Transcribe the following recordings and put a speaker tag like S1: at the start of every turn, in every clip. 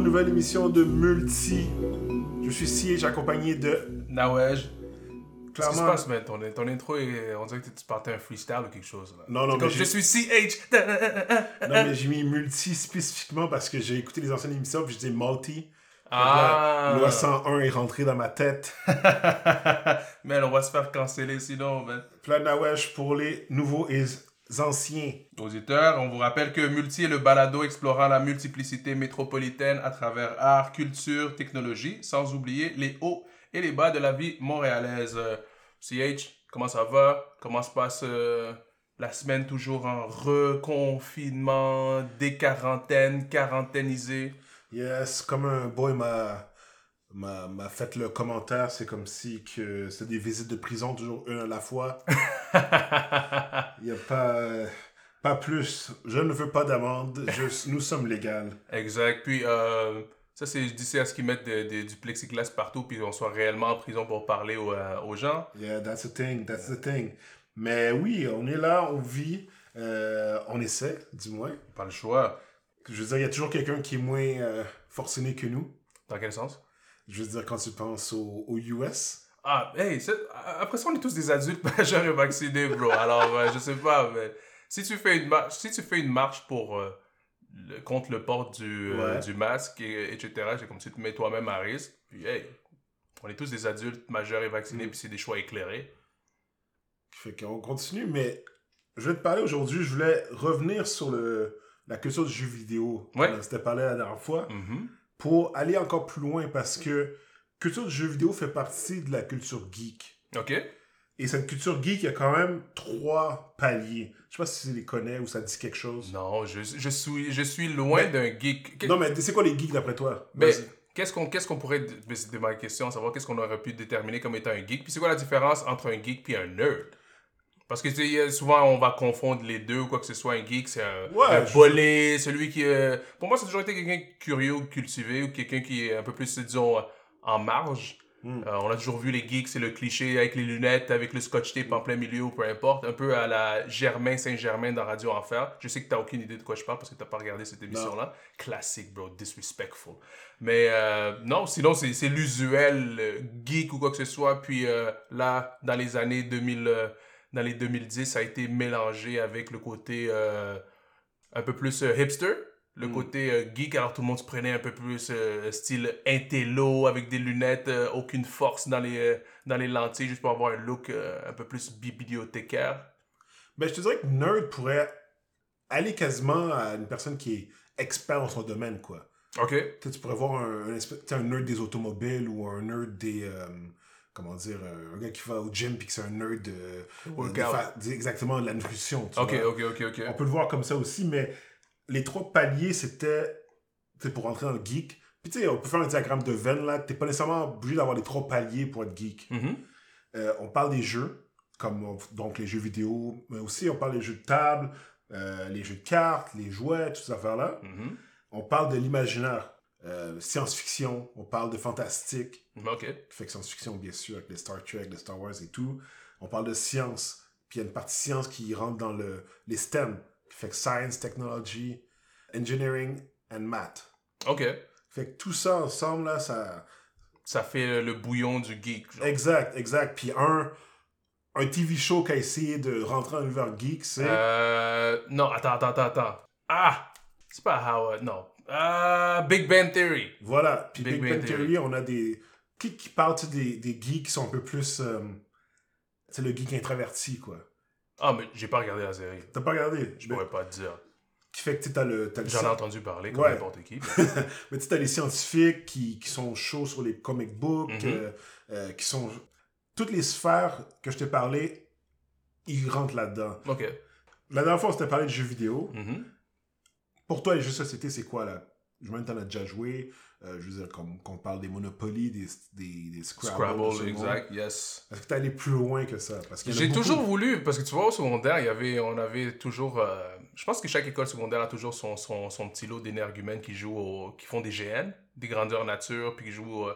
S1: nouvelle émission de Multi. Je suis Siege accompagné de.
S2: Nawège, qu'est-ce qui se
S1: Clairement.
S2: passe, man? Ton, ton intro, est- on dirait que tu partais un freestyle ou quelque chose. Là.
S1: Non, non,
S2: C'est
S1: mais
S2: Comme je
S1: j'ai-
S2: suis CH.
S1: Non, mais j'ai mis Multi spécifiquement parce que j'ai écouté les anciennes émissions puis je dis Multi.
S2: Ah!
S1: Loi 101 est rentrée dans ma tête.
S2: man, on va se faire canceller sinon, ben. man.
S1: Puis là, Nawesh, pour les nouveaux et anciens.
S2: Auditeurs, on vous rappelle que Multi est le balado explorant la multiplicité métropolitaine à travers art, culture, technologie, sans oublier les hauts et les bas de la vie montréalaise. Euh, CH, comment ça va Comment se passe euh, la semaine toujours en reconfinement, déquarantaine, quarantainisé
S1: Yes, comme un boy m'a m'a m'a fait le commentaire, c'est comme si que c'est des visites de prison toujours une à la fois. Il y a pas euh, pas plus. Je ne veux pas d'amende. Je- Nous sommes légales.
S2: Exact. Puis, euh, ça, c'est d'ici à ce qu'ils mettent des- des- du plexiglas partout, puis on soit réellement en prison pour parler aux, euh, aux gens.
S1: Yeah, that's the thing, that's the thing. Mais oui, on est là, on vit, euh, on essaie, du moins.
S2: Pas le choix.
S1: Je veux dire, il y a toujours quelqu'un qui est moins euh, forcené que nous.
S2: Dans quel sens
S1: Je veux dire, quand tu penses aux au US,
S2: Ah, hey, c'est- après ça, on est tous des adultes majeurs et vaccinés, bro. Alors, euh, je sais pas, mais si tu fais une marche, si tu fais une marche pour, euh, le- contre le port du, euh,
S1: Ouais.
S2: du masque, et, etc., c'est comme si tu te mets toi-même à risque. Puis, hey, on est tous des adultes majeurs et vaccinés,
S1: Mm.
S2: puis c'est des choix éclairés.
S1: fait qu'on continue. Mais je vais te parler aujourd'hui, je voulais revenir sur le, la culture du jeu vidéo.
S2: Ouais.
S1: On en s'était parlé la dernière fois.
S2: Mhm.
S1: Pour aller encore plus loin, parce que culture du jeu vidéo fait partie de la culture geek.
S2: OK?
S1: Et cette culture geek, il y a quand même trois paliers. Je sais pas si tu les connais ou ça te dit quelque chose.
S2: Non, je, je suis, je suis loin d'un geek. Qu'est-
S1: Non, mais c'est quoi les geeks d'après toi
S2: Mais
S1: Vas-y.
S2: qu'est-ce qu'on qu'est-ce qu'on pourrait. d- mais C'était ma question, savoir qu'est-ce qu'on aurait pu déterminer comme étant un geek. Puis c'est quoi la différence entre un geek et un nerd Parce que tu sais, il y a- souvent on va confondre les deux ou quoi que ce soit. Un geek, c'est un,
S1: Ouais,
S2: un
S1: je-
S2: bolé, celui qui. euh, pour moi, c'est toujours été quelqu'un de curieux, ou cultivé ou quelqu'un qui est un peu plus, disons, en marge.
S1: Mm.
S2: Euh, on a toujours vu les geeks, c'est le cliché avec les lunettes, avec le scotch tape en plein milieu ou peu importe, un peu à la Germain Saint-Germain dans Radio Enfer. Je sais que t'as aucune idée de quoi je parle parce que t'as pas regardé cette émission-là. Classique, bro, disrespectful. Mais euh, non, sinon c'est c'est l'usuel euh, geek ou quoi que ce soit. Puis euh, là, dans les années 2000, euh, dans les 2010, ça a été mélangé avec le côté euh, un peu plus euh, hipster, le
S1: Mm.
S2: côté euh, geek. Alors tout le monde se prenait un peu plus euh, style intello avec des lunettes, euh, aucune force dans les, euh, dans les lentilles, juste pour avoir un look euh, un peu plus bibliothécaire.
S1: Ben, je te dirais que nerd pourrait aller quasiment à une personne qui est expert dans son domaine, quoi.
S2: Ok.
S1: Tu sais, tu pourrais voir un, un espèce- tu sais, un nerd des automobiles ou un nerd des. euh, comment dire euh, Un gars qui va au gym puis que c'est un nerd de. de- de
S2: Workout.
S1: fa- de- exactement, de la nutrition. tu
S2: Ok,
S1: vois.
S2: ok, ok, ok.
S1: On peut le voir comme ça aussi, mais les trois paliers, c'était. tu sais, pour entrer dans le geek. Puis tu sais, on peut faire un diagramme de Venn là. T'es pas nécessairement obligé d'avoir les trois paliers pour être geek.
S2: Mhm.
S1: Euh, on parle des jeux, comme on- donc les jeux vidéo, mais aussi on parle des jeux de table, euh, les jeux de cartes, les jouets, toutes ces affaires-là.
S2: Mhm.
S1: On parle de l'imaginaire, euh, science-fiction, on parle de fantastique,
S2: Ok.
S1: fait que science-fiction bien sûr, avec les Star Trek, les Star Wars et tout. On parle de science, puis il y a une partie science qui rentre dans le, les STEM, fait que science, technology, engineering and math.
S2: Ok.
S1: Fait que tout ça ensemble, là, ça,
S2: Ça fait euh, le bouillon du geek. genre.
S1: Exact, exact. Puis un, un TV show qui a essayé de rentrer en univers geek, c'est.
S2: Euh, non, attends, attends, attends, attends. Ah! C'est pas Howard, non. Ah, Big Bang Theory.
S1: voilà. Puis
S2: Big
S1: Big,
S2: Bang
S1: Bang Theory, on a des. Qui, qui parle tu sais, des, des geeks qui sont un peu plus. euh, tu sais, le geek introverti, quoi.
S2: Ah, mais j'ai pas regardé la série.
S1: T'as pas regardé
S2: Je
S1: Ben,
S2: pourrais pas te dire.
S1: Qui fait que tu sais, t'as le. t'as le
S2: J'en ai
S1: sci-
S2: entendu parler, comme
S1: Ouais.
S2: n'importe qui.
S1: Mais tu sais, t'as les scientifiques qui, qui sont chauds sur les comic books,
S2: Mhm.
S1: euh, euh, qui sont. Toutes les sphères que je t'ai parlé, ils rentrent là-dedans.
S2: Ok.
S1: La dernière fois, on s'était parlé de jeux vidéo.
S2: Mhm.
S1: Pour toi, les jeux de société, c'est quoi là Je me t'en as déjà joué. euh, je veux dire, comme qu'on parle des Monopoly, des, des, des Scrabble. de ce
S2: Scrabble,
S1: monde.
S2: exact, yes.
S1: Est-ce que t'es allé plus loin que ça Parce qu'il y en a
S2: J'ai
S1: beaucoup.
S2: toujours voulu, parce que tu vois, au secondaire, il y avait, on avait toujours. euh, je pense que chaque école secondaire a toujours son, son, son petit lot d'énergumènes qui jouent, au- qui font des GN, des grandeurs nature, puis qui jouent euh,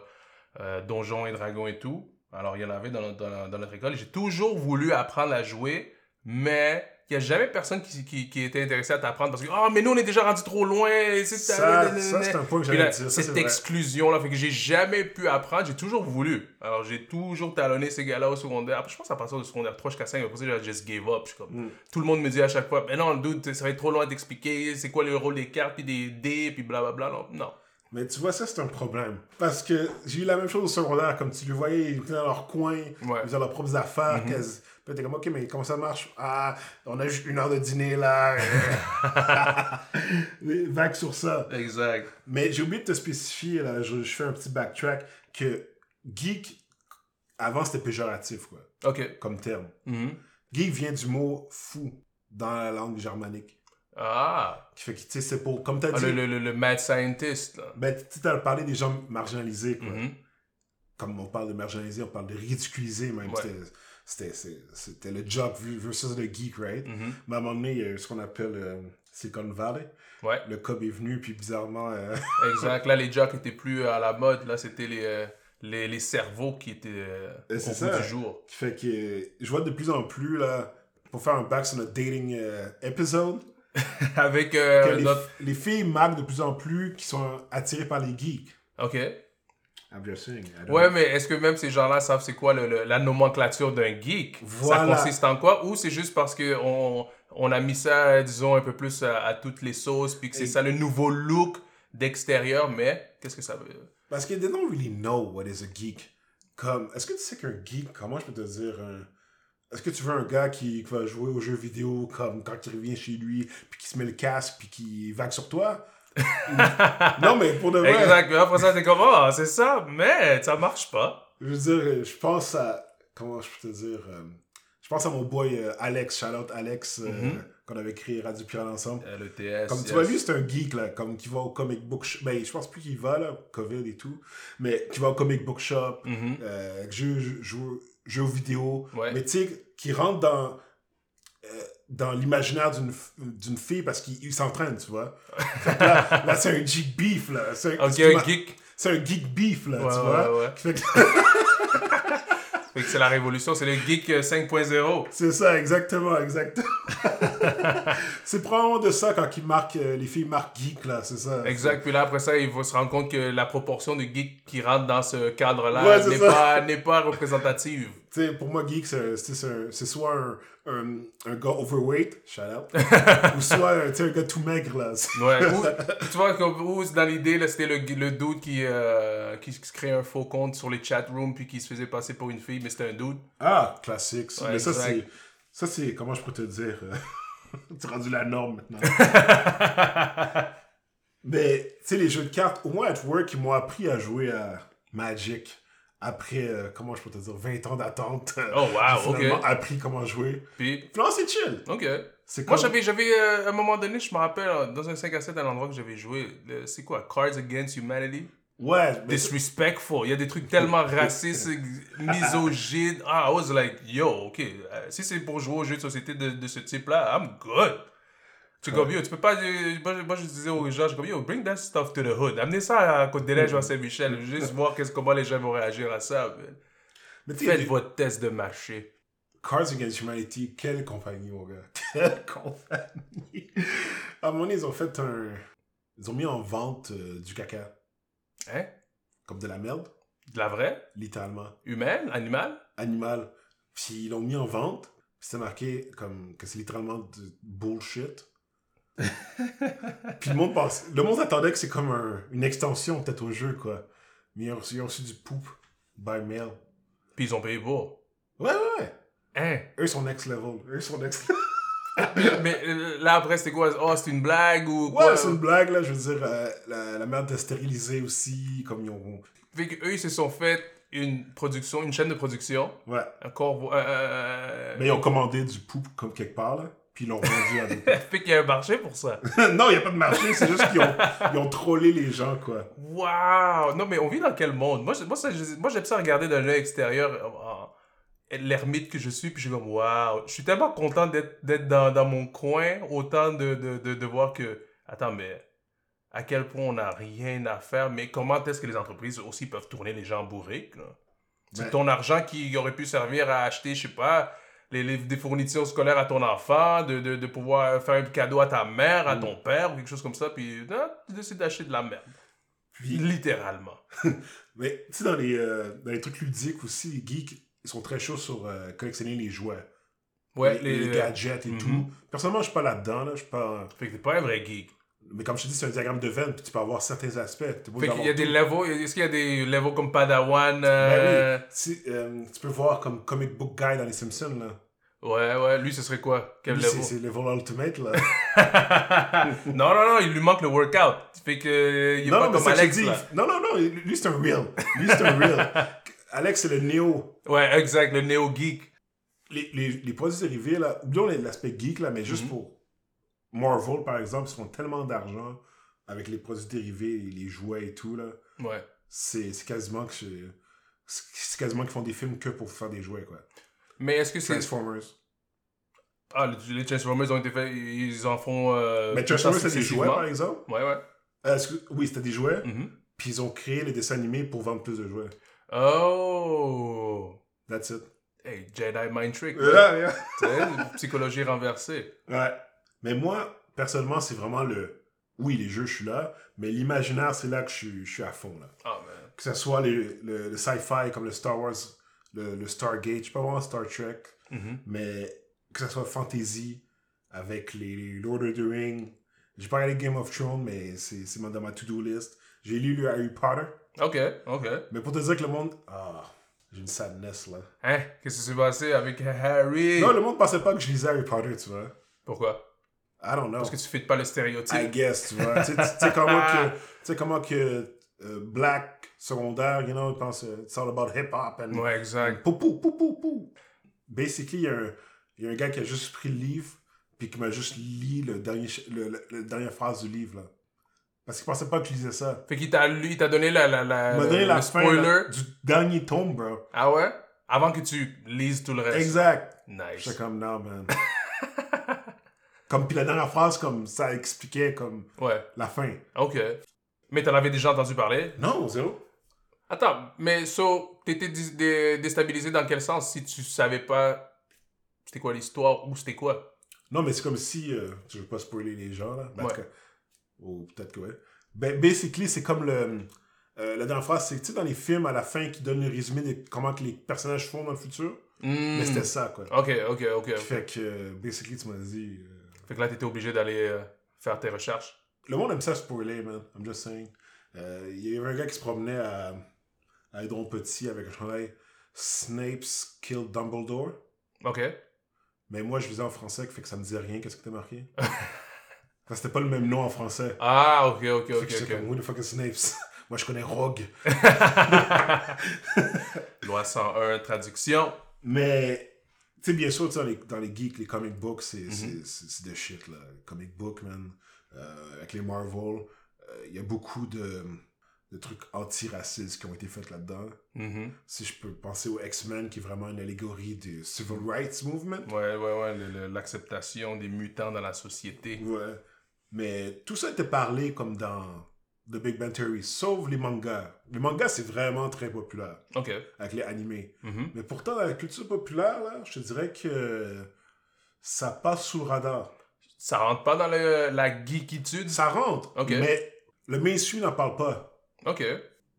S2: euh, donjons et dragons et tout. Alors, il y en avait dans, notre- dans, dans notre école. J'ai toujours voulu apprendre à jouer, mais il n'y a jamais personne qui, qui, qui était intéressé à t'apprendre parce que, ah, oh, mais nous, on est déjà rendu trop loin. c'est
S1: Ça, ça c'est un point que
S2: Puis
S1: j'allais
S2: là,
S1: dire. ça, c'est
S2: cette
S1: vrai.
S2: exclusion-là, fait que j'ai jamais pu apprendre, j'ai toujours voulu. Alors, j'ai toujours talonné ces gars-là au secondaire. Après, je pense à partir du secondaire 3 jusqu'à 5, après, j'ai just gave up. Je suis comme,
S1: Mm.
S2: Tout le monde me dit à chaque fois, mais non, dude, ça va être trop loin d'expliquer, c'est quoi le rôle des cartes, puis des dés, puis blablabla. Non, non.
S1: Mais tu vois, ça, c'est un problème. Parce que j'ai eu la même chose au secondaire, comme tu le voyais, ils étaient dans leur coin, ils faisaient leurs propres affaires.
S2: Mhm.
S1: quasi. Puis t'es comme, OK, mais comment ça marche? Ah, on a juste une heure de dîner, là. Mais Vague sur ça.
S2: Exact.
S1: Mais j'ai oublié de te spécifier, là, je, je fais un petit backtrack, que geek, avant, c'était péjoratif, quoi,
S2: Ok.
S1: comme terme.
S2: Mhm.
S1: Geek vient du mot fou dans la langue germanique.
S2: Ah,
S1: Qui fait que, tu sais, c'est pour, comme t'as
S2: Ah,
S1: dit,
S2: le, le, le, le mad scientist, là.
S1: ben, tu as parlé des gens marginalisés, quoi.
S2: Mhm.
S1: comme on parle de marginaliser, on parle de ridiculiser même.
S2: Ouais.
S1: C'était- C'était, c'est- c'était le job versus le geek, right?
S2: Mhm.
S1: Mais à un moment donné, il y a eu ce qu'on appelle euh, Silicon Valley.
S2: Ouais,
S1: Le cob est venu, puis bizarrement, euh,
S2: exact. Là, les jocks étaient plus à la mode. Là, c'était les, euh, les, les cerveaux qui étaient euh, au
S1: Et
S2: bout
S1: c'est ça.
S2: du jour.
S1: qui fait que euh, je vois de plus en plus, là, pour faire un back sur notre dating euh, episode,
S2: Avec
S1: que
S2: euh,
S1: les,
S2: notre...
S1: les filles marquent de plus en plus qui sont attirées par les geeks.
S2: Ok.
S1: I'm just saying, I don't
S2: Ouais,
S1: know.
S2: mais est-ce que même ces gens-là savent c'est quoi le- le- la nomenclature d'un geek
S1: Voilà.
S2: Ça consiste en quoi Ou c'est juste parce que on, on a mis ça, euh, disons, un peu plus à, à toutes les sauces, puis que c'est
S1: Et-
S2: ça le nouveau look d'extérieur, mais qu'est-ce que ça veut
S1: Parce que they don't really know what is a geek. Comme, est-ce que tu sais qu'un geek, comment je peux te dire, un... est-ce que tu veux un gars qui, qui va jouer aux jeux vidéo comme quand il revient chez lui, puis qui se met le casque, puis qui vague sur toi? non, mais pour de vrai,
S2: Exact. Mais après ça, t'es comme, oh, c'est ça, mais ça marche pas.
S1: je veux dire, je pense à, comment je peux te dire, euh, je pense à mon boy euh, Alex, shout out Alex, euh,
S2: Mhm.
S1: qu'on avait créé Radio Pirate ensemble.
S2: Euh, Le TS.
S1: Comme tu
S2: yes.
S1: vois, lui, c'est un geek, là, comme qui va au comic book shop. Ben, je pense plus qu'il va, là, COVID et tout, mais qui va au comic book shop,
S2: Mhm.
S1: euh, jeux, jeux- jeux, jeux vidéo,
S2: Ouais.
S1: mais tu sais, qui rentre dans, euh, dans l'imaginaire d'une f- d'une fille parce qu'il il s'entraîne, tu vois. Fait que là, là, c'est un geek beef, là. C'est un,
S2: Ok,
S1: excuse-moi,
S2: un geek.
S1: c'est un geek beef, là,
S2: Ouais,
S1: tu vois.
S2: ouais, ouais.
S1: Fait que-
S2: Fait que c'est la révolution, c'est le geek euh, 5.0.
S1: C'est ça, exactement, exactement. c'est probablement de ça quand ils marquent, euh, les filles marquent geek, là, c'est ça.
S2: Exact. Puis là, après ça, il faut se rendre compte que la proportion de geeks qui rentrent dans ce cadre-là
S1: Ouais, c'est
S2: n'est
S1: ça.
S2: pas, n'est pas représentative.
S1: Tu sais, pour moi, geek, c'est c'est- c'est un- c'est soit un, un, un gars overweight, shout out, ou soit un, tu sais, un gars tout maigre, là.
S2: Ouais. Ou, tu vois, comme, ou c'est dans l'idée, là, c'était le, le dude qui, euh, qui se crée un faux compte sur les chat rooms puis qui se faisait passer pour une fille, mais c'était un dude.
S1: Ah, classique. ça.
S2: Ouais,
S1: mais ça,
S2: exact.
S1: c'est. Ça, c'est. Comment je peux te dire Tu as rendu la norme maintenant. mais, tu sais, les jeux de cartes, au moins, at work, ils m'ont appris à jouer à Magic. Après, euh, comment je peux te dire, 20 ans d'attente.
S2: Oh, wow,
S1: J'ai
S2: ok.
S1: finalement appris comment jouer.
S2: Puis,
S1: Non, c'est chill.
S2: ok.
S1: C'est
S2: Moi,
S1: comme-
S2: j'avais, j'avais, euh, à un moment donné, je me rappelle, euh, dans un 5 à 7, à l'endroit que j'avais joué, le- c'est quoi Cards Against Humanity
S1: Ouais, mais.
S2: disrespectful. Il y a des trucs tellement racistes, misogynes. Ah, I was like, yo, ok, euh, si c'est pour jouer aux jeux de société de, de ce type-là, I'm good. Tu es comme, yo, tu peux pas. euh, Moi, je- moi, je disais aux gens, je suis comme, yo, bring that stuff to the hood. Amenez ça à Côte-des-Neiges ou à
S1: Mm.
S2: Saint-Michel. Juste voir qu'est-ce, comment les gens vont réagir à ça. man.
S1: mais tu sais,
S2: Faites
S1: les-
S2: votre test de marché.
S1: Cards Against Humanity, quelle compagnie, mon gars. Quelle compagnie. À un moment donné, ils ont fait un. Ils ont mis en vente euh, du caca.
S2: Hein
S1: Comme de la merde,
S2: De la vraie
S1: littéralement.
S2: Humaine Animale
S1: animal. Puis ils l'ont mis en vente. Puis c'est marqué comme que c'est littéralement du bullshit. puis le monde pense, le monde attendait que c'est comme un- une extension peut-être au jeu quoi. Mais ils ont, reçu- ils ont reçu du poop by mail.
S2: Puis ils ont payé pour.
S1: Ouais ouais. ouais.
S2: Hein
S1: Eux ils sont next level. Eux ils sont next. Level.
S2: Mais euh, là, après, c'était quoi Oh, c'est une blague ou
S1: Ouais,
S2: quoi
S1: c'est une blague là. Je veux dire euh, la, la merde de stériliser aussi comme ils ont.
S2: Fait qu'eux, ils se sont fait une production, une chaîne de production.
S1: Ouais.
S2: Un corps. euh, euh,
S1: Mais ils ont commandé du poop comme quelque part là. Puis ils l'ont vendu à des...
S2: fait qu'il y a un marché pour ça.
S1: non, il n'y a pas de marché, c'est juste qu'ils ont, ils ont trollé les gens, quoi.
S2: Waouh Non, mais on vit dans quel monde Moi, je- moi, ça, je- moi j'aime ça regarder d'un œil extérieur euh, euh, l'ermite que je suis, puis je suis comme waouh Je suis tellement content d'être d'être dans, dans mon coin, autant de, de, de, de voir que. Attends, mais à quel point on n'a rien à faire, mais comment est-ce que les entreprises aussi peuvent tourner les gens bourrés là? C'est
S1: Ben-
S2: ton argent qui aurait pu servir à acheter, je sais pas, les, les- des fournitures scolaires à ton enfant, de, de, de pouvoir faire un cadeau à ta mère, à
S1: Mm.
S2: ton père, ou quelque chose comme ça, puis non, tu décides d'acheter de la merde.
S1: Puis-
S2: Littéralement.
S1: Mais tu sais, dans, les, euh, dans les trucs ludiques aussi, les geeks, ils sont très chauds sur euh, collectionner les jouets.
S2: Ouais,
S1: les,
S2: les,
S1: les gadgets et
S2: Mhm.
S1: tout. Personnellement, je suis pas là-dedans. Là, je suis pas...
S2: Fait que t'es pas un vrai geek.
S1: Mais comme je te dis, c'est un diagramme de veine, puis tu peux avoir certains aspects. T'es beau
S2: Fait qu'il y
S1: d'avoir
S2: a des
S1: tout.
S2: levels, est-ce qu'il y a des levels comme Padawan euh,
S1: Ben oui, tu, sais, euh, tu peux voir comme Comic Book Guy dans les Simpsons. Là.
S2: Ouais, ouais, lui ce serait quoi Quel
S1: Lui,
S2: level
S1: c'est c'est le level ultimate. Là.
S2: Non, non, non, il lui manque le workout. Fait que euh, il est
S1: non,
S2: pas
S1: mais
S2: comme
S1: ça, je te
S2: Alex
S1: dis,
S2: là.
S1: il- non, non, non, lui, c'est un real. Lui, c'est un real. Alex, c'est le néo.
S2: Ouais, exact, le néo geek.
S1: les, les, les produits dérivés, là, oublions les- l'aspect geek, là, mais juste
S2: Mhm.
S1: pour Marvel, par exemple, ils font tellement d'argent avec les produits dérivés, les, les jouets et tout, là.
S2: Ouais.
S1: C'est c'est quasiment que c'est c'est quasiment qu'ils font des films que pour faire des jouets, quoi.
S2: Mais est-ce que c'est
S1: Transformers.
S2: ah les- les Transformers ont été faits, ils en font. Euh,
S1: mais
S2: tout le temps
S1: Transformers, c'était des jouets,
S2: successivement.
S1: par exemple.
S2: Ouais, ouais.
S1: Euh, excuse- oui, c'était des jouets,
S2: Mhm.
S1: puis ils ont créé les dessins animés pour vendre plus de jouets.
S2: Oh.
S1: That's it.
S2: Hey, Jedi mind trick. là.
S1: Ouais, ouais.
S2: Tu sais, Psychologie renversée.
S1: Ouais. Mais moi, personnellement, c'est vraiment le... Oui, les jeux, je suis là, mais l'imaginaire, c'est là que je, suis- je suis à fond, là.
S2: Ah man.
S1: que ce soit le, le, le sci-fi comme le Star Wars, le, le Stargate, je sais pas vraiment Star Trek,
S2: Mhm.
S1: mais que ce soit fantasy avec les Lord of the Rings. J'ai pas regardé Game of Thrones, mais c'est c'est dans ma to-do list. J'ai lu le Harry Potter,
S2: Ok, ok.
S1: mais pour te dire que le monde. Ah, j'ai une sadness là.
S2: Hein? Qu'est-ce qui s'est passé avec Harry?
S1: Non, le monde pensait pas que je lisais Harry Potter, tu vois.
S2: Pourquoi?
S1: I don't know.
S2: Parce que tu fites pas le stéréotype.
S1: I guess, tu vois. tu sais- tu sais comment que. Tu sais comment que. euh, black, secondaire, you know, ils pensent. euh, It's all about hip-hop and
S2: Ouais, exact.
S1: Pou, pou, pou, pou, pou. Basically, il y, a un- il y a un gars qui a juste pris le livre, puis qui m'a juste lu le dernier, ch- le, le- la dernière phrase du livre. Là. Parce qu'il pensait pas que je lisais ça.
S2: Fait qu'il t'a lui, il t'a donné la, la,
S1: Il
S2: la,
S1: m'a donné
S2: Euh, le-
S1: la
S2: le
S1: fin
S2: spoiler.
S1: là, du dernier tome, bro.
S2: Ah ouais? Avant que tu lises tout le reste.
S1: Exact.
S2: Nice.
S1: J'étais comme, non, man. comme, puis la dernière phrase, comme, ça expliquait, comme,
S2: Ouais.
S1: la fin.
S2: Ok. Mais t'en avais déjà entendu parler?
S1: Non, zéro.
S2: Attends, mais so, t'étais dé- dé- déstabilisé dans quel sens si tu savais pas c'était quoi l'histoire ou c'était quoi?
S1: Non, mais c'est comme si, euh, je veux pas spoiler les gens, là. Ben, en
S2: Ouais.
S1: tout cas, ou peut-être que ouais. Ben, basically, c'est comme le. euh, la dernière phrase, c'est, tu sais, dans les films, à la fin, qui donne le résumé de comment que les personnages font dans le futur.
S2: Hmm.
S1: Mais c'était ça, quoi.
S2: Ok, ok, ok.
S1: Fait que, euh, basically, tu m'as dit. euh,
S2: Fait que là, t'étais obligé d'aller euh, faire tes recherches.
S1: Le monde aime ça spoiler, man. I'm just saying. Euh, Il y avait un gars qui se promenait à, à Edron Petit avec un chandail Snape's Kill Dumbledore.
S2: Ok.
S1: Mais moi, je lisais en français, fait que ça me disait rien, qu'est-ce que t'as marqué? Parce que c'était pas le même nom en français.
S2: Ah, ok, ok,
S1: Fait
S2: ok,
S1: que j'étais
S2: ok.
S1: comme, who the fuck is Snapes? Moi, je connais Rogue.
S2: Loi 101, traduction.
S1: Mais, tu sais, bien sûr, tu sais, dans les, dans les geeks, les comic books, c'est
S2: Mhm.
S1: c'est- c'est- c'est de shit, là. Comic book, man. Euh, avec les Marvel, euh, il y a beaucoup de, de trucs antiracistes qui ont été faits là-dedans.
S2: Mhm.
S1: Si je peux penser aux X-Men, qui est vraiment une allégorie du Civil Rights Movement.
S2: Ouais, ouais, ouais, le- le- l'acceptation des mutants dans la société.
S1: Ouais. Mais tout ça était parlé comme dans The Big Bang Theory, sauf les mangas. Les mangas, c'est vraiment très populaire,
S2: Ok.
S1: avec les animés.
S2: Mhm.
S1: Mais pourtant, dans la culture populaire, là, je te dirais que euh, ça passe sous le radar.
S2: Ça rentre pas dans le- la geekitude.
S1: Ça rentre,
S2: Ok.
S1: mais le mainstream n'en parle pas.
S2: Ok.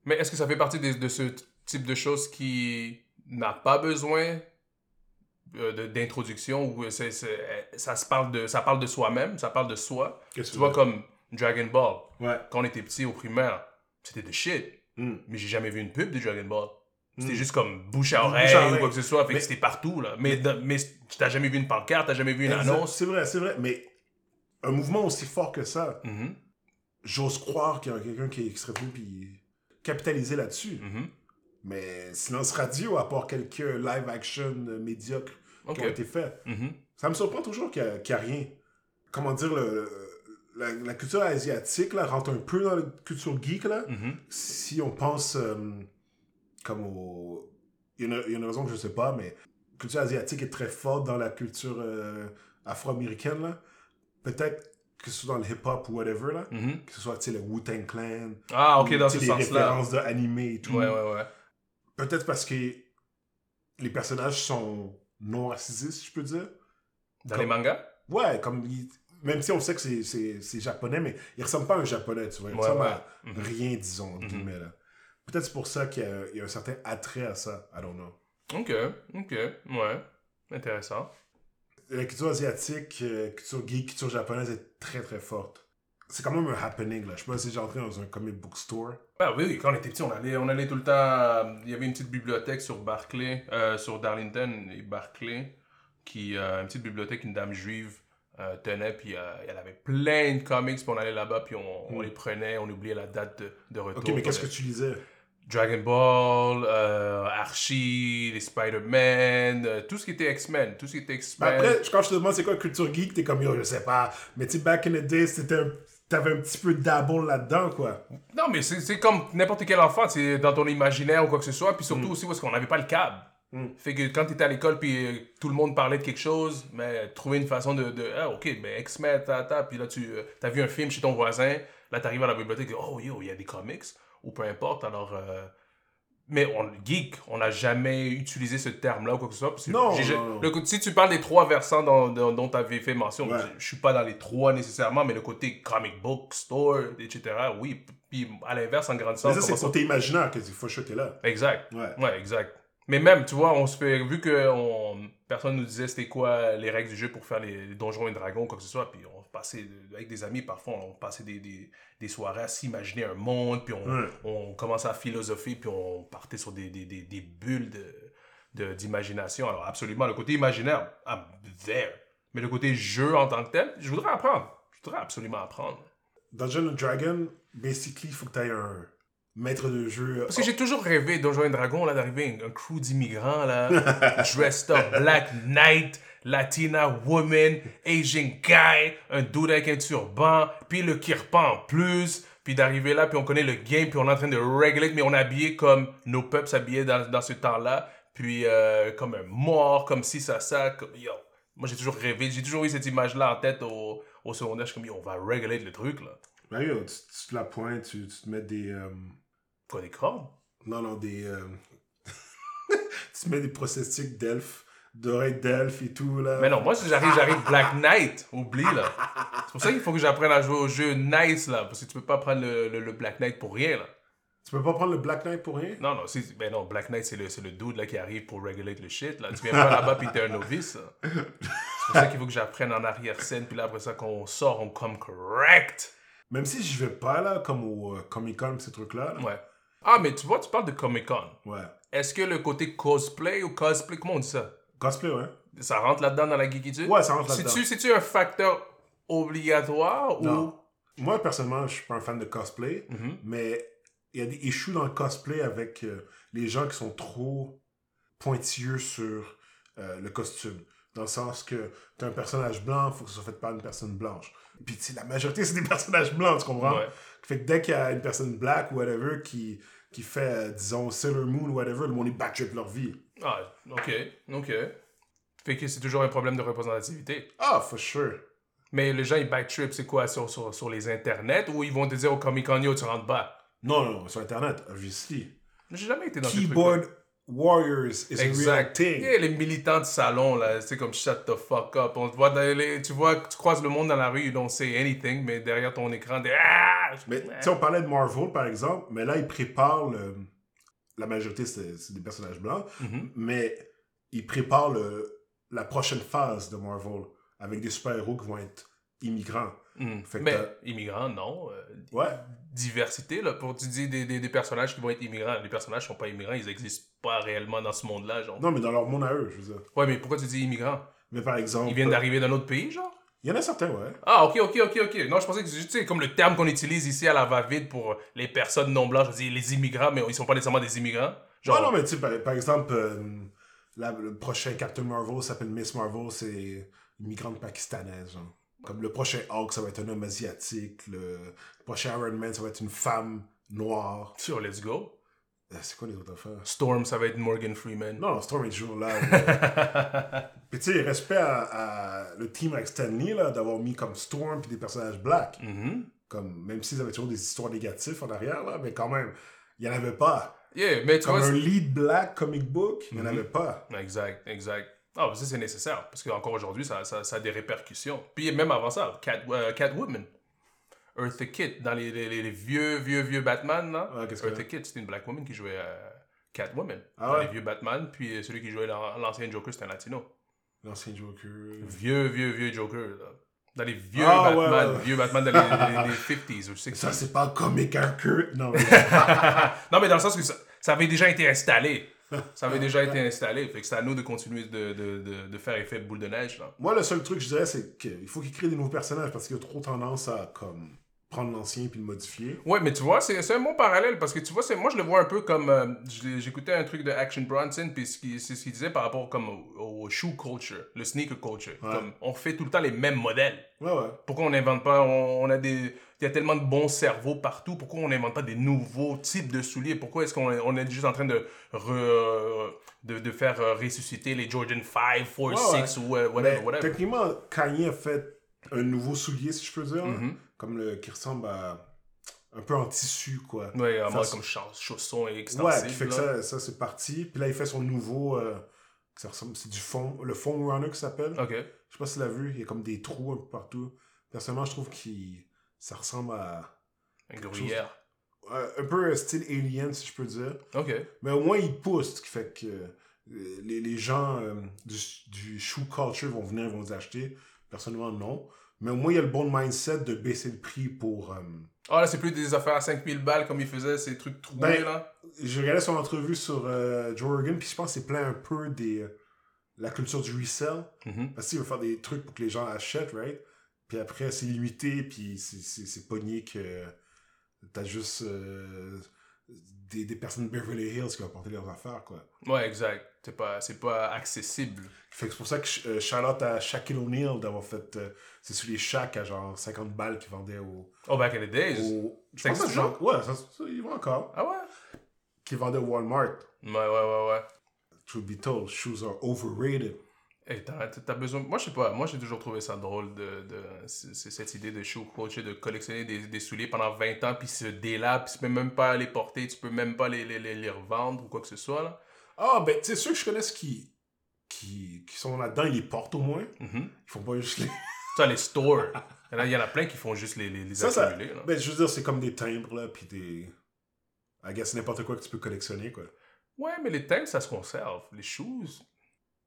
S2: Mais est-ce que ça fait partie des- de, ce t- type de choses qui n'a pas besoin euh, de- d'introduction ou euh, c'est- c'est- euh, ça se parle de ça parle de soi-même, ça parle de soi.
S1: Qu'est-ce que
S2: Tu vois comme Dragon Ball
S1: Ouais.
S2: quand on était petit au primaire, c'était de shit.
S1: Mm.
S2: Mais j'ai jamais vu une pub de Dragon Ball. C'était
S1: Mm.
S2: Hmm. juste comme bouche à
S1: Bouche à
S2: oreille ou
S1: oreille.
S2: quoi que ce soit. Fait
S1: Mais-
S2: que c'était partout là. Mais dans- mais tu n'as jamais vu une pancarte, t'as jamais vu une
S1: Exact.
S2: annonce.
S1: C'est vrai, c'est vrai. Mais un mouvement aussi fort que ça,
S2: Mhm,
S1: j'ose croire qu'il y a quelqu'un qui qui serait venu puis capitaliser là-dessus.
S2: mhm.
S1: Mais silence radio, à part quelques live action euh, médiocres
S2: Ok.
S1: qui ont été faits,
S2: Mhm.
S1: ça me surprend toujours qu'il n'y a, qu'il y a rien. Comment dire, le- la, la culture asiatique là, rentre un peu dans la culture geek. Là.
S2: Mhm.
S1: si on pense euh, comme au. Il y, en a- il y en a une raison que je sais pas, mais la culture asiatique est très forte dans la culture euh, afro-américaine. là. Peut-être que ce soit dans le hip-hop ou whatever, là,
S2: Mhm.
S1: que ce soit tu sais, le Wu-Tang Clan,
S2: Ah, ok,
S1: ou,
S2: dans
S1: tu
S2: ce
S1: sais, les
S2: sens-là.
S1: références de animé et tout.
S2: Ouais, ouais, ouais.
S1: Peut-être parce que les personnages sont non racistes, je peux dire.
S2: Dans
S1: Comme-
S2: les mangas
S1: Ouais, comme il- même si on sait que c'est- c'est c'est japonais, mais il ressemble pas à un japonais, tu vois. Il
S2: Ouais,
S1: ressemble
S2: ouais.
S1: à
S2: Mhm.
S1: rien, disons, entre
S2: Mhm.
S1: guillemets, là. Peut-être c'est pour ça qu'il y, a- il y a un certain attrait à ça. I don't know.
S2: Ok, ok, ouais. Intéressant.
S1: La culture asiatique, euh, culture geek, culture japonaise est très très forte. C'est quand même un happening, là. Je sais pas si j'ai entré dans un comic book store.
S2: Ah oui, oui, quand on était petit, on allait, on allait tout le temps. euh, Il y avait une petite bibliothèque sur Barclay, euh, sur Darlington et Barclay, qui, euh, une petite bibliothèque qu'une dame juive euh, tenait, puis euh, elle avait plein de comics, puis on allait là-bas, puis on, on
S1: Mm.
S2: les prenait, on oubliait la date de, de retour. Euh,
S1: Ok, mais qu'est-ce que tu lisais
S2: Dragon Ball, euh, Archie, les Spider-Man, euh, tout ce qui était X-Men, tout ce qui était
S1: Ben,
S2: X-Men.
S1: Après, je- quand je te demande c'est quoi culture geek, t'es comme yo, je sais pas. Mais tu sais, back in the day, c'était un- T'avais un petit peu de dabble là-dedans, quoi.
S2: Non, mais c'est c'est comme n'importe quel enfant, c'est dans ton imaginaire ou quoi que ce soit. Puis surtout aussi parce qu'on n'avait pas le câble.
S1: Mm.
S2: Fait que quand t'étais à l'école, puis euh, tout le monde parlait de quelque chose, mais trouver une façon de. de, ah, ok, ben X-Men, ta, ta. Puis là, tu euh, t'as vu un film chez ton voisin. Là, t'arrives à la bibliothèque, oh yo, il y a des comics. Ou peu importe. Alors. euh, mais on geek, on n'a jamais utilisé ce terme-là ou quoi que ce soit. parce que
S1: Non,
S2: j'ai- j'ai-
S1: non, non.
S2: le co- si tu parles des trois versants dont, dont, dont tu avais fait mention,
S1: Ouais.
S2: je, je suis pas dans les trois nécessairement, mais le côté comic book, store, etc., oui. p- Puis à l'inverse, en grandissant,
S1: Mais ça,
S2: on
S1: c'est
S2: commence-
S1: côté imaginaire que tu faut chuter là.
S2: Exact.
S1: Ouais.
S2: Ouais, exact. Mais même, tu vois, on se fait. Vu que on- personne nous disait c'était quoi les règles du jeu pour faire les, les donjons et dragons, quoi que ce soit, puis on passait. Avec des amis, parfois, on passait des, des, des soirées à s'imaginer un monde, puis on,
S1: Ouais.
S2: on commençait à philosopher, puis on partait sur des, des, des, des bulles de- de- d'imagination. Alors, absolument, le côté imaginaire, I'm there. Mais le côté jeu en tant que tel, je voudrais apprendre. Je voudrais absolument apprendre.
S1: Dungeon and Dragon, basically, il faut que tu aies un maître de jeu. euh,
S2: Parce que j'ai toujours rêvé, Donjons et Dragons, là, d'arriver un, un crew d'immigrants, là, dressed up, black knight, latina woman, Asian guy, un dude avec un turban, puis le kirpan en plus, puis d'arriver là, puis on connaît le game, puis on est en train de régler, mais on est habillé comme nos peuples s'habillaient dans, dans ce temps-là, puis euh, comme un mort, comme si ça, ça, comme yo. Moi, j'ai toujours rêvé, j'ai toujours eu cette image-là en tête au, au secondaire, je suis comme yo, on va régler le truc, là.
S1: Ben, yo, tu, tu te la pointes, tu, tu te mets des. euh,
S2: Quoi, des cordes?
S1: Non, non, des. euh, tu te mets des prosthétiques d'elfes, d'oreilles d'elfes et tout, là.
S2: Mais non, moi, si j'arrive, j'arrive Black Knight. Oublie, là. C'est pour ça qu'il faut que j'apprenne à jouer au jeu nice, là. Parce que tu peux pas prendre le, le- le Black Knight pour rien, là.
S1: Tu peux pas prendre le Black Knight pour rien
S2: Non, non, c'est- ben non Black Knight, c'est le, c'est le dude, là, qui arrive pour regulate le shit, là. Tu viens pas là-bas, puis t'es un novice, là. C'est pour ça qu'il faut que j'apprenne en arrière-scène, puis là, après ça, quand on sort, on come correct.
S1: Même si je vais pas, là, comme au euh, Comic Con, ces trucs-là. là.
S2: Ouais. Ah, mais tu vois, tu parles de Comic-Con.
S1: Ouais.
S2: Est-ce que le côté cosplay ou cosplay, comment on dit ça?
S1: Cosplay, ouais.
S2: Ça rentre là-dedans dans la geekitude?
S1: Ouais, ça rentre là-dedans.
S2: C'est-tu c'est-tu un facteur obligatoire ou...
S1: Non. Moi, personnellement, je suis pas un fan de cosplay,
S2: Mhm.
S1: mais il y a des issues dans le cosplay avec euh, les gens qui sont trop pointilleux sur euh, le costume. Dans le sens que t'as un personnage blanc, faut que ce soit fait par une personne blanche. Puis tu sais, la majorité, c'est des personnages blancs, tu comprends?
S2: Ouais.
S1: Fait que dès qu'il y a une personne black ou whatever qui, qui fait, euh, disons, Sailor Moon ou whatever, le monde est battu pour leur vie.
S2: Ah, ok, ok. Fait que c'est toujours un problème de représentativité.
S1: Ah, for sure.
S2: Mais les gens, ils backtrip, c'est quoi, sur, sur, sur les internets, ou ils vont te dire au Comic Con, yo, tu rentres bas.
S1: Non, non, non, sur Internet, obviously.
S2: J'ai jamais été dans ce
S1: Keyboard Warriors is a real
S2: Exact.
S1: thing.
S2: Yeah, les militants de salon, là, c'est comme shut the fuck up. On te voit dans les- tu vois, tu croises le monde dans la rue, you don't say anything, mais derrière ton écran, des ah!
S1: Mais tu sais, on parlait de Marvel par exemple, mais là, ils préparent le. La majorité, c'est c'est des personnages blancs,
S2: Mhm.
S1: mais ils préparent le... la prochaine phase de Marvel avec des super-héros qui vont être immigrants.
S2: Mm.
S1: Fait que
S2: Mais
S1: t'as-
S2: immigrants, non. euh,
S1: Ouais.
S2: diversité, là, pour tu dis des, des, des personnages qui vont être immigrants. Les personnages sont pas immigrants, ils existent pas réellement dans ce monde-là, genre.
S1: Non, mais dans leur monde à eux, je veux dire.
S2: Ouais, mais pourquoi tu dis immigrants?
S1: Mais par exemple.
S2: Ils viennent d'arriver d'un autre pays, genre?
S1: Il y en a certains, ouais.
S2: Ah, ok, ok, ok, ok. Non, je pensais que c'était comme le terme qu'on utilise ici à la va-vite pour les personnes non blanches. Je dis les immigrants, mais ils sont pas nécessairement des immigrants. Genre,
S1: Ouais, Ah non, mais tu sais, par, par exemple, euh, la- le prochain Captain Marvel s'appelle Miss Marvel, c'est une migrante pakistanaise, genre. Comme le prochain Hulk, ça va être un homme asiatique. Le prochain Iron Man, ça va être une femme noire.
S2: sur Let's Go.
S1: Euh, C'est quoi les autres affaires?
S2: Storm, ça va être Morgan Freeman.
S1: Non, non, Storm est toujours là. mais- puis tu sais, respect à, à le team avec Stanley, là, d'avoir mis comme Storm puis des personnages black.
S2: Mhm.
S1: Comme, même s'ils avaient toujours des histoires négatives en arrière, là, mais quand même, il n'y en avait pas.
S2: Yeah, mais tu
S1: Comme
S2: vois.
S1: un lead black comic book, il n'y en
S2: Mhm.
S1: avait pas.
S2: c'est- Exact, exact. Ah, ça, c'est nécessaire. Parce qu'encore aujourd'hui, ça, ça, ça a des répercussions. Puis même avant ça, Cat, euh, Catwoman. Eartha Kitt, dans les, les, les vieux, vieux, vieux Batman, là.
S1: Ouais, qu'est-ce que-
S2: Eartha Kitt, c'était une black woman qui jouait euh, Catwoman.
S1: Ah
S2: dans
S1: ouais?
S2: les vieux Batman. Puis euh, celui qui jouait l'an- l'ancien Joker, c'était un latino.
S1: L'ancien Joker.
S2: Vieux, vieux, vieux Joker, là. Dans les vieux
S1: Ah, ouais,
S2: Batman,
S1: ouais.
S2: vieux Batman des les, les 50s ou 60s.
S1: Ça, c'est pas comique un que. Non, mais.
S2: non, mais dans le sens que ça, ça avait déjà été installé. Ça avait déjà été installé. Fait que c'est à nous de continuer de, de, de, de faire effet boule de neige, là.
S1: Moi, le seul truc, je dirais, c'est qu'il faut qu'il crée des nouveaux personnages parce qu'il a trop tendance à, comme, prendre l'ancien puis le modifier.
S2: Ouais, mais tu vois, c'est c'est un bon parallèle parce que tu vois, c'est- moi je le vois un peu comme. euh, je- J'écoutais un truc de Action Bronson, puis ce qui- c'est ce qu'il disait par rapport comme au, au shoe culture, le sneaker culture.
S1: Ouais.
S2: Comme, on fait tout le temps les mêmes modèles.
S1: Ouais, ouais.
S2: Pourquoi on n'invente pas on, on a des, Il y a tellement de bons cerveaux partout, pourquoi on n'invente pas des nouveaux types de souliers Pourquoi est-ce qu'on est- on est juste en train de, re- de, de faire euh, ressusciter les Jordan 5, 4,
S1: Ouais,
S2: 6 ou euh, whatever,
S1: Mais
S2: whatever.
S1: Ben, Techniquement, Kanye a fait un nouveau soulier, si je peux dire, là,
S2: Mhm.
S1: comme le, qui ressemble à un peu en tissu, quoi.
S2: Ouais, en
S1: Faire
S2: mode
S1: ça.
S2: comme cha- chaussons et extensibles.
S1: Ouais, qui fait que
S2: là.
S1: ça, ça c'est parti. Puis là, il fait son nouveau. euh, que ça ressemble, c'est du fond, le fond runner qui s'appelle.
S2: Ok.
S1: Je sais pas si tu l'as vu, il y a comme des trous un peu partout. Personnellement, je trouve que ça ressemble à.
S2: Une gruyère.
S1: à- un peu euh, style alien, si je peux dire.
S2: Ok.
S1: Mais au moins, il pousse, ce qui fait que euh, les, les gens euh, du, du shoe culture vont venir, vont les acheter. Personnellement, non. Mais au moins, il y a le bon mindset de baisser le prix pour. euh,
S2: Ah là, c'est plus des affaires à 5000 balles comme il faisait ces trucs troués
S1: Ben,
S2: là.
S1: Je regardais son entrevue sur euh, Joe Rogan, puis je pense que c'est plein un peu des euh, la culture du resell. Parce qu'il veut faire des trucs pour que les gens achètent, right? Puis après, c'est limité, puis c'est- c'est c'est pogné que t'as juste euh, des, des personnes de Beverly Hills qui vont porter leurs affaires, quoi.
S2: Ouais, exact. C'est pas, c'est pas accessible.
S1: Fait que c'est pour ça que euh, Charlotte à Shaquille O'Neal d'avoir fait. euh, c'est sous les Shaq à genre 50 balles qu'ils vendaient au.
S2: Oh, back in the days.
S1: au je
S2: Ça
S1: pense
S2: existe
S1: que genre. Ouais, ça, ça, ils vont encore.
S2: Ah ouais?
S1: Qui vendaient au Walmart.
S2: Ouais, ouais, ouais, ouais.
S1: Truth be told, shoes are overrated.
S2: Hey, t'as, t'as besoin. Moi, je sais pas. Moi, j'ai toujours trouvé ça drôle de, de- c'est- c'est cette idée de shoe coach de collectionner des, des souliers pendant 20 ans, puis se délab, puis tu peux même pas les porter, tu peux même pas les, les, les, les revendre ou quoi que ce soit. Là.
S1: Ah, ben, tu sais, ceux que je connais qui, qui, qui sont là-dedans, ils les portent au moins.
S2: Mhm.
S1: Ils font pas juste les.
S2: Ça, les stores. Il y, en a- il y en a plein qui font juste les, les, les
S1: Ça, ça-
S2: accumuler. là.
S1: Ben, je veux dire, c'est comme des timbres, là, puis des. I guess n'importe quoi que tu peux collectionner, quoi.
S2: Ouais, mais les thèmes, ça se conserve. Les shoes.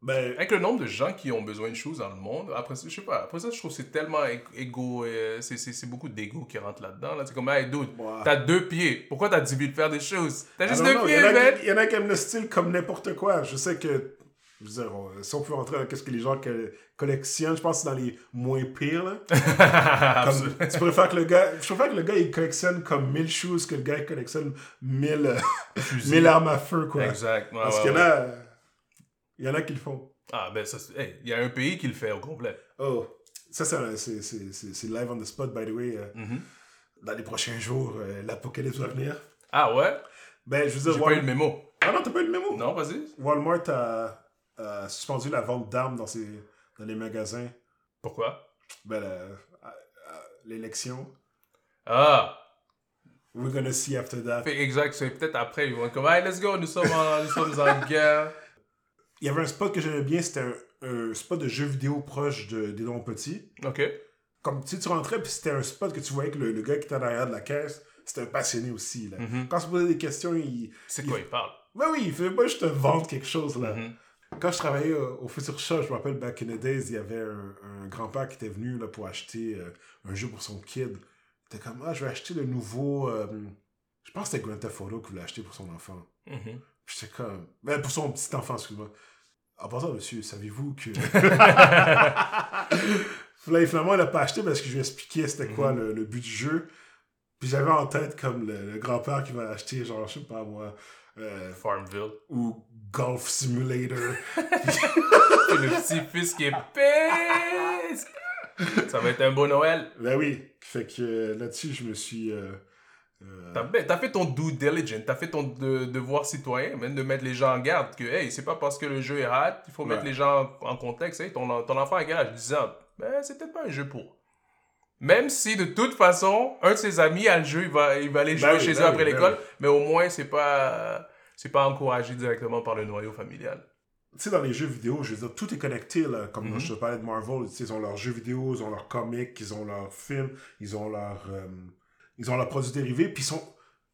S1: Ben,
S2: Avec le nombre de gens qui ont besoin de choses dans le monde, après ça, je sais pas, après ça, je trouve que c'est tellement é- égo, euh, c'est- c'est c'est beaucoup d'ego qui rentre là-dedans. Là. C'est comme, hey, dude,
S1: moi-
S2: t'as deux pieds, pourquoi t'as 10 000 de faire des choses T'as
S1: I
S2: juste
S1: don't
S2: deux
S1: know,
S2: pieds,
S1: Ah, il y en a
S2: man
S1: qui- Il y en a qui aiment le style comme n'importe quoi. Je sais que. Je veux dire, on- si on peut rentrer dans qu'est-ce que les gens que- collectionnent, je pense que c'est dans les moins pires, là. Comme,
S2: Absolument.
S1: tu préfères que le gars. Je préfère que le gars, il collectionne comme 1000 choses que le gars, il collectionne 1000, euh,
S2: Fusil.
S1: 1000 armes à feu, quoi.
S2: Exact. Ouais,
S1: Parce
S2: ouais,
S1: qu'il y en
S2: ouais.
S1: a. euh, Il y en a qui le font.
S2: Ah, ben ça, c'est- hey, il y a un pays qui le fait au complet.
S1: Oh. Ça, c'est un- c'est- c'est c'est- c'est live on the spot, by the way. euh,
S2: Mhm.
S1: Dans les prochains jours, euh, l'apocalypse va venir.
S2: Ah ouais
S1: Ben, je veux
S2: J'ai
S1: dire.
S2: pas eu
S1: Wal-
S2: le mémo.
S1: Ah non, t'as pas eu le mémo?
S2: Non, vas-y.
S1: Walmart a, a suspendu la vente d'armes dans, ses, dans les magasins.
S2: Pourquoi
S1: Ben, la- à- à l'élection.
S2: Ah
S1: We're gonna see after that.
S2: Fait exact, c'est peut-être après, ils vont être comme, hey, let's go, nous sommes en, nous sommes en guerre.
S1: Il y avait un spot que j'aimais bien, c'était un, un spot de jeux vidéo proche de, des dons petits.
S2: Ok.
S1: Comme tu sais, tu rentrais, puis c'était un spot que tu voyais que le, le gars qui était en arrière de la caisse, c'était un passionné aussi. Là.
S2: Mhm.
S1: Quand il se posait des questions, il.
S2: C'est de quoi ils parlent
S1: Ben oui, il faisait pas juste te vendre quelque chose. là.
S2: Mhm.
S1: Quand je travaillais euh, au, au Future Shop, je me rappelle, back in the days, il y avait un, un grand-père qui était venu là, pour acheter euh, un jeu pour son kid. Il était comme, ah, je vais acheter le nouveau... euh, je pense que c'était Grand Theft Auto qu'il voulait acheter pour son enfant.
S2: Mhm.
S1: Puis J'étais comme... Ben, pour son petit enfant, excuse-moi. En passant, monsieur, savez-vous que...
S2: Mm-hmm.
S1: Puis là, finalement, il l'a pas acheté parce que je lui expliquais c'était quoi le, le but du jeu. Puis j'avais en tête comme le, le grand-père qui va acheter, genre, je sais pas moi... euh,
S2: Farmville.
S1: ou Golf Simulator.
S2: Et le petit-fils qui est pisse. Ça va être un beau Noël.
S1: Ben oui, fait que euh, là-dessus, je me suis. euh, euh,
S2: T'as ben- t'as fait ton due diligence, t'as fait ton de- devoir citoyen, même de mettre les gens en garde. Que, hey, c'est pas parce que le jeu est hâte, il faut mettre
S1: Ouais.
S2: les gens en, en contexte. Hey, ton, ton enfant à quel âge 10 ans. Ben, c'est peut-être pas un jeu pour. Même si, de toute façon, un de ses amis a le jeu, il va, il va aller jouer
S1: Ben oui,
S2: chez
S1: ben
S2: eux
S1: oui,
S2: après
S1: ben
S2: l'école, mais au moins, c'est pas, c'est pas encouragé directement par le noyau familial.
S1: tu sais, dans les jeux vidéo, je veux dire, tout est connecté, là. Comme
S2: Mm-hmm.
S1: mm -hmm. je te parlais de Marvel, tu sais, ils ont leurs jeux vidéo, ils ont leurs comics, ils ont leurs films, ils ont leurs... Euh, ils ont leurs produits dérivés, puis ils sont...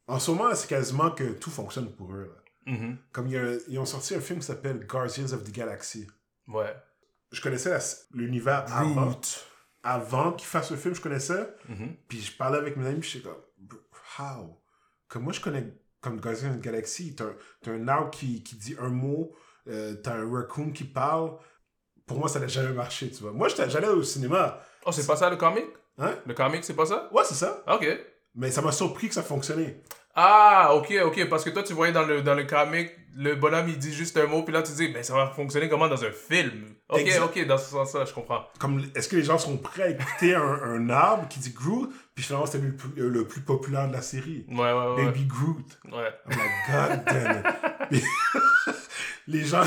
S1: En ce moment, c'est quasiment que tout fonctionne pour eux, là. Mm -hmm. Comme il a, ils ont sorti un film qui s'appelle Guardians of the Galaxy.
S2: Ouais.
S1: Je connaissais l'univers avant. Avant qu'ils fassent le film, je connaissais. Mm -hmm. Puis je parlais avec mes amis, je suis comme... How? Comme moi, je connais... Comme Guardians of the Galaxy, t'as un arbre qui, qui dit un mot... Euh, t'as un raccoon qui parle. Pour moi, ça n'a jamais marché, tu vois. Moi, j'allais au cinéma.
S2: Oh, c'est pas ça le comic
S1: Hein
S2: Le comic, c'est pas ça
S1: Ouais, c'est ça.
S2: Ok.
S1: Mais ça m'a surpris que ça fonctionnait.
S2: Ah, ok, ok. Parce que toi, tu voyais dans le, dans le comic, le bonhomme, il dit juste un mot, puis là, tu dis, ben, ça va fonctionner comment dans un film Ok, exact. ok, dans ce sens-là, je comprends.
S1: Comme, est-ce que les gens sont prêts à écouter un, un, arbre qui dit Groot, puis finalement, c'était le, le, plus populaire de la série
S2: Ouais, ouais, ouais.
S1: Baby Groot.
S2: Ouais.
S1: Oh my god damn it. les gens.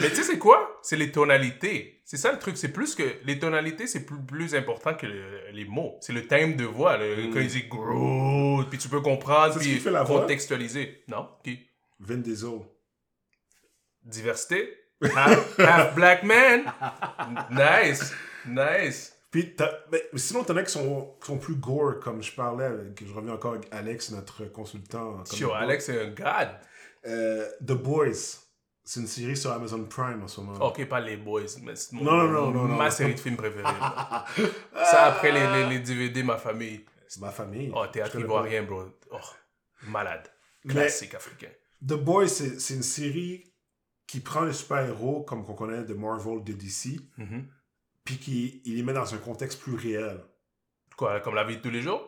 S2: Mais tu sais, c'est quoi? C'est les tonalités. C'est ça le truc. C'est plus que. Les tonalités, c'est plus, plus important que le, les mots. C'est le thème de voix. Le, mm. Quand ils disent Groot, puis tu peux comprendre, puis contextualiser. Non? Qui?
S1: Vin Diesel.
S2: Diversité? half, half, black man? Nice! Nice!
S1: Puis mais sinon, t'en as qui sont, qui sont plus gore, comme je parlais, avec, je reviens encore avec Alex, notre consultant.
S2: Yo, Alex est un god!
S1: Euh, The Boys. C'est une série sur Amazon Prime en ce moment.
S2: Ok, pas Les Boys, mais c'est
S1: non, non, non, non,
S2: ma
S1: non,
S2: série de films préférée. Là. ça, après les, les, les, DVD, ma famille.
S1: Ma famille.
S2: Oh, théâtre ivoirien, bro. Oh, malade. Classique mais africain.
S1: The Boys, c'est une série qui prend les super-héros, comme qu'on connaît de Marvel, de DC,
S2: mm -hmm.
S1: puis qui il les met dans un contexte plus réel.
S2: Quoi, comme la vie de tous les jours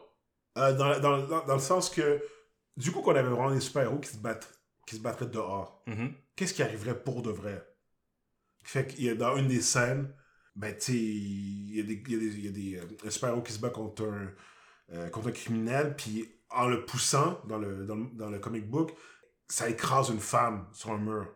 S1: euh, dans, dans, dans, dans le sens que, du coup, qu'on avait vraiment des super-héros qui se battent qui se battraient dehors.
S2: Mm -hmm.
S1: Qu'est-ce qui arriverait pour de vrai? Fait qu'il y a dans une des scènes, ben, tu il y a des, y a des, y a des euh, un super-héros qui se bat contre un, euh, contre un criminel, puis en le poussant dans le, dans le, dans, le, comic book, ça écrase une femme sur un mur.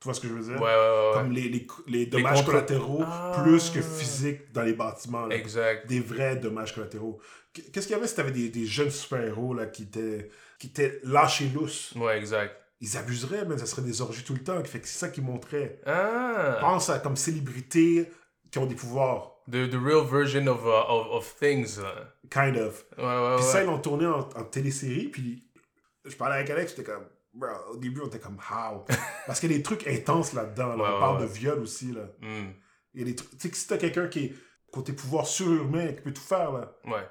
S1: Tu vois ce que je veux dire?
S2: Ouais, ouais, ouais,
S1: Comme les, les, les dommages les collatéraux ah. plus que physiques dans les bâtiments. Là.
S2: Exact.
S1: Des vrais dommages collatéraux. Qu'est-ce qu'il y avait si t'avais des, des jeunes super-héros là, qui étaient qui étaient lâchés lousses.
S2: Ouais, exact.
S1: Ils abuseraient, mais ça serait des orgies tout le temps. Fait que c'est ça qu'ils montraient.
S2: Ah.
S1: Pense à comme célébrités qui ont des pouvoirs.
S2: The, the real version of, uh, of, of, things.
S1: Kind of.
S2: Ouais, ouais,
S1: puis
S2: ouais.
S1: ça, ils l'ont tourné en, en, télésérie. Puis je parlais avec Alex, j'étais comme, bro, au début, on était comme, how? Parce qu'il y a des trucs intenses là-dedans. Là. Ouais, on parle de viol aussi. Là.
S2: Mm.
S1: Il y a des trucs. Tu sais, que si t'as quelqu'un qui est côté pouvoir surhumain, qui peut tout faire, là.
S2: Ouais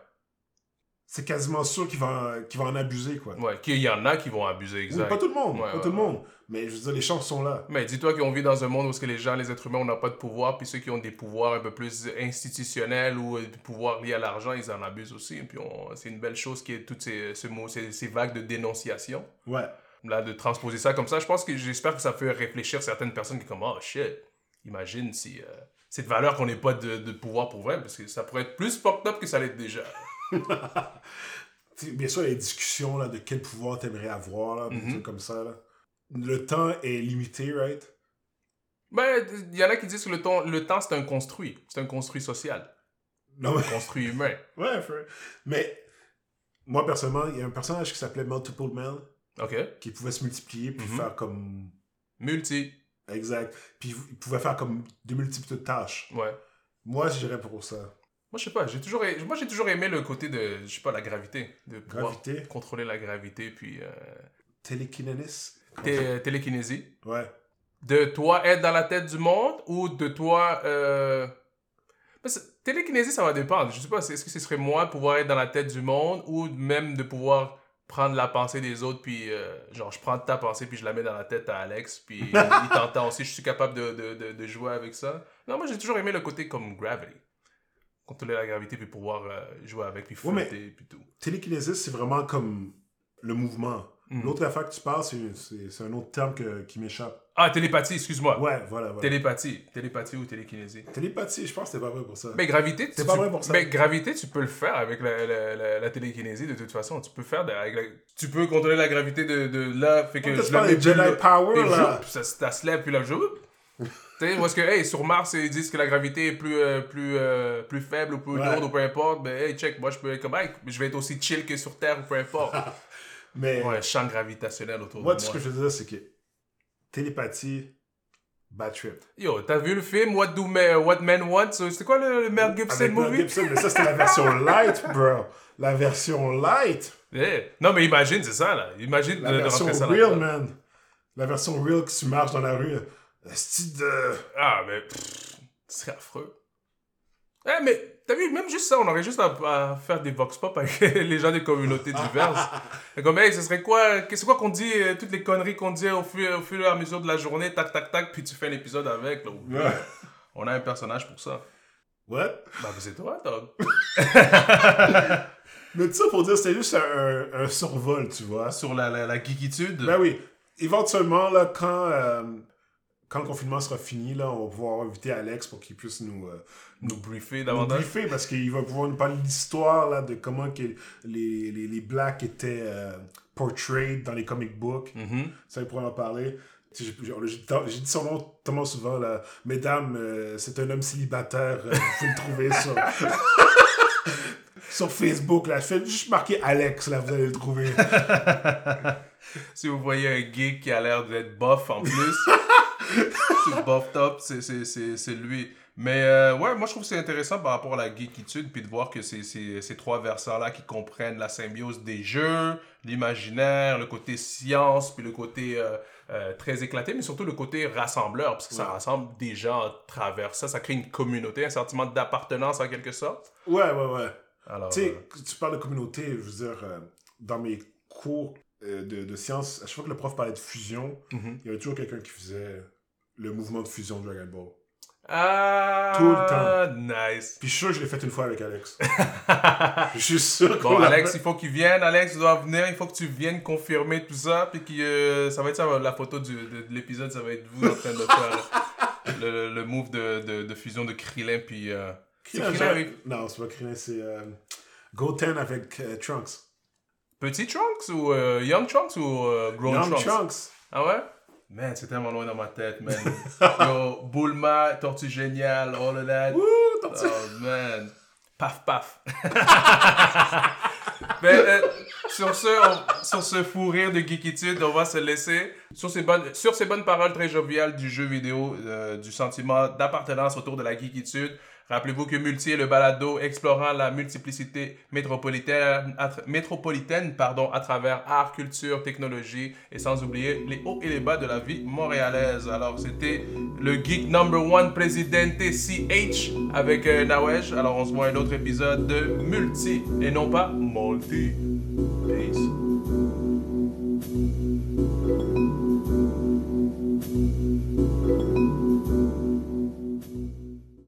S1: c'est quasiment sûr qu'il va, qu va en abuser, quoi.
S2: Ouais, qu'il y en a qui vont abuser, exact.
S1: Oui, pas tout le monde,
S2: ouais,
S1: pas ouais, tout le monde. Mais je veux dire, les chances sont là.
S2: Mais dis-toi qu'on vit dans un monde où que les gens, les êtres humains, on n'a pas de pouvoir, puis ceux qui ont des pouvoirs un peu plus institutionnels ou des pouvoirs liés à l'argent, ils en abusent aussi. Et puis c'est une belle chose qui est toutes ces, ce mot, ces, ces vagues de dénonciation.
S1: Ouais.
S2: Là, de transposer ça comme ça, je pense que j'espère que ça fait réfléchir certaines personnes qui sont comme, oh shit, imagine si euh, cette valeur qu'on n'ait pas de, de, pouvoir pour vrai, parce que ça pourrait être plus fucked up que ça l'est déjà.
S1: Bien sûr, les discussions là, de quel pouvoir t'aimerais avoir, là, mm -hmm. des trucs comme ça. Là. Le temps est limité, right?
S2: Ben, il y en a qui disent que le temps, le temps c'est un construit. C'est un construit social.
S1: Non, mais...
S2: Un construit humain.
S1: ouais, mais moi, personnellement, il y a un personnage qui s'appelait Multiple Man.
S2: OK.
S1: Qui pouvait se multiplier puis mm -hmm. faire comme.
S2: Multi.
S1: Exact. Puis il pouvait faire comme de multiples tâches.
S2: Ouais.
S1: Moi, j'irais pour ça.
S2: Moi, je sais pas, j'ai toujours, moi, j'ai toujours aimé le côté de, je sais pas, la gravité. De
S1: gravité.
S2: contrôler la gravité, puis... Euh...
S1: Télékinésis.
S2: Té télékinésie.
S1: Ouais.
S2: De toi être dans la tête du monde ou de toi... Euh... Parce, télékinésie, ça va dépendre. Je sais pas, est-ce que ce serait moi pouvoir être dans la tête du monde ou même de pouvoir prendre la pensée des autres, puis euh, genre, je prends ta pensée, puis je la mets dans la tête à Alex, puis il t'entend aussi, je suis capable de, de, de, de jouer avec ça. Non, moi, j'ai toujours aimé le côté comme gravity contrôler la gravité puis pouvoir euh, jouer avec puis flotter ouais, puis tout.
S1: Télékinésis, c'est vraiment comme le mouvement. Mm. L'autre affaire que tu parles, c'est un autre terme que, qui m'échappe.
S2: Ah, télépathie, excuse-moi.
S1: Ouais, voilà, voilà,
S2: Télépathie. Télépathie ou télékinésie.
S1: Télépathie, je pense que c'est pas vrai pour ça.
S2: Mais gravité,
S1: c'est pas vrai pour ça.
S2: Mais gravité, tu peux le faire avec la, la, la, la télékinésie de toute façon. Tu peux faire de, avec tu peux contrôler la gravité de, de là, fait que
S1: On je la mets Jedi le, Power là.
S2: Joues, ça, ça se lève puis là je parce que hey, sur Mars, ils disent que la gravité est plus, euh, plus, euh, plus faible ou plus ouais. lourde ou peu importe. Mais hey, check, moi je peux être comme, hey, je vais être aussi chill que sur Terre ou peu importe.
S1: mais.
S2: Ouais, champ gravitationnel autour
S1: moi,
S2: de moi.
S1: ce que je veux dire, c'est que Télépathie, Bad Trip.
S2: Yo, t'as vu le film What Do Men, What Men Want C'est quoi le, le Mel Gibson
S1: Avec Mel
S2: movie
S1: Gibson, mais ça, c'était la version light, bro. La version light.
S2: Eh, Non, mais imagine, c'est ça, là. Imagine
S1: La
S2: de, de
S1: version
S2: rentrer ça
S1: real,
S2: là
S1: man. La version real que tu marches dans la rue. Style de.
S2: Ah, mais. pff, Ce serait affreux. Eh, mais t'as vu, même juste ça, on aurait juste à, à faire des vox pop avec les gens des communautés diverses. Et comme, hey, ce serait quoi qu'est- C'est quoi qu'on dit euh, Toutes les conneries qu'on dit au fur, au fur et à mesure de la journée, tac, tac, tac, puis tu fais l'épisode avec. là. On a un personnage pour ça.
S1: What?
S2: Bah, c'est toi, Dog.
S1: Mais tout ça pour dire, c'était juste un, un survol, tu vois.
S2: Sur la, la, la geekitude.
S1: Ben oui. Éventuellement, là, quand, euh, quand le confinement sera fini, là, on va pouvoir inviter Alex pour qu'il puisse nous, euh,
S2: nous briefer
S1: nous
S2: davantage.
S1: briefer parce qu'il va pouvoir nous parler de l'histoire là, de comment que les, les, les Blacks étaient euh, portrayed dans les comic books.
S2: Mhm.
S1: Ça, il pourrait en parler. Tu sais, J'ai j'ai- j'ai dit son nom tellement souvent, là. Mesdames, euh, c'est un homme célibataire. euh, vous pouvez le trouver sur, sur Facebook, là. Faites juste marquer Alex, là, vous allez le trouver.
S2: Si vous voyez un geek qui a l'air d'être bof en plus, c'est bof top, c'est- c'est c'est- c'est lui. Mais euh, ouais, moi je trouve que c'est intéressant par rapport à la geekitude, puis de voir que c'est c'est- ces trois versants-là qui comprennent la symbiose des jeux, l'imaginaire, le côté science, puis le côté euh, euh, très éclaté, mais surtout le côté rassembleur, parce que ça
S1: Ouais.
S2: rassemble des gens à travers ça, ça crée une communauté, un sentiment d'appartenance en quelque sorte.
S1: Ouais, ouais, ouais.
S2: Alors,
S1: Tu sais,
S2: euh,
S1: tu parles de communauté, je veux dire, euh, dans mes cours euh, de, de sciences, à chaque fois que le prof parlait de fusion,
S2: mhm.
S1: il y avait toujours quelqu'un qui faisait le mouvement de fusion de Dragon Ball.
S2: Ah,
S1: Tout le
S2: Nice.
S1: Puis je suis sûr que je l'ai fait une fois avec Alex. je suis sûr
S2: Bon,
S1: qu'on l'a
S2: Alex,
S1: fait.
S2: il faut qu'il vienne. Alex doit venir. Il faut que tu viennes confirmer tout ça. Puis que euh, ça va être ça, la photo du- de, de l'épisode. Ça va être vous en train de faire le, le move de, de, de fusion de Krillin. Puis. euh,
S1: C'est
S2: Krillin
S1: Krillin.
S2: avec-
S1: Non, c'est pas Krillin, c'est euh, Goten avec euh, Trunks.
S2: petit Trunks ou euh, Young Trunks ou euh, Grown
S1: Young
S2: Trunks?
S1: Trunks.
S2: Ah ouais? Man, c'est tellement loin dans ma tête, man. Yo, Bulma, Tortue Géniale, all of that.
S1: Ouh, t'as-
S2: Oh man. Paf paf. Mais euh, sur ce, on- sur ce fou rire de geekitude, on va se laisser sur ces bonnes, sur ces bonnes paroles très joviales du jeu vidéo, euh, du sentiment d'appartenance autour de la geekitude. Rappelez-vous que Multi est le balado explorant la multiplicité métropolitaine, à tra- métropolitaine pardon, à travers art, culture, technologie et sans oublier les hauts et les bas de la vie montréalaise. Alors c'était le geek number one présidente CH avec euh, Nawesh. Alors on se voit à un autre épisode de Multi et non pas Multi. Peace.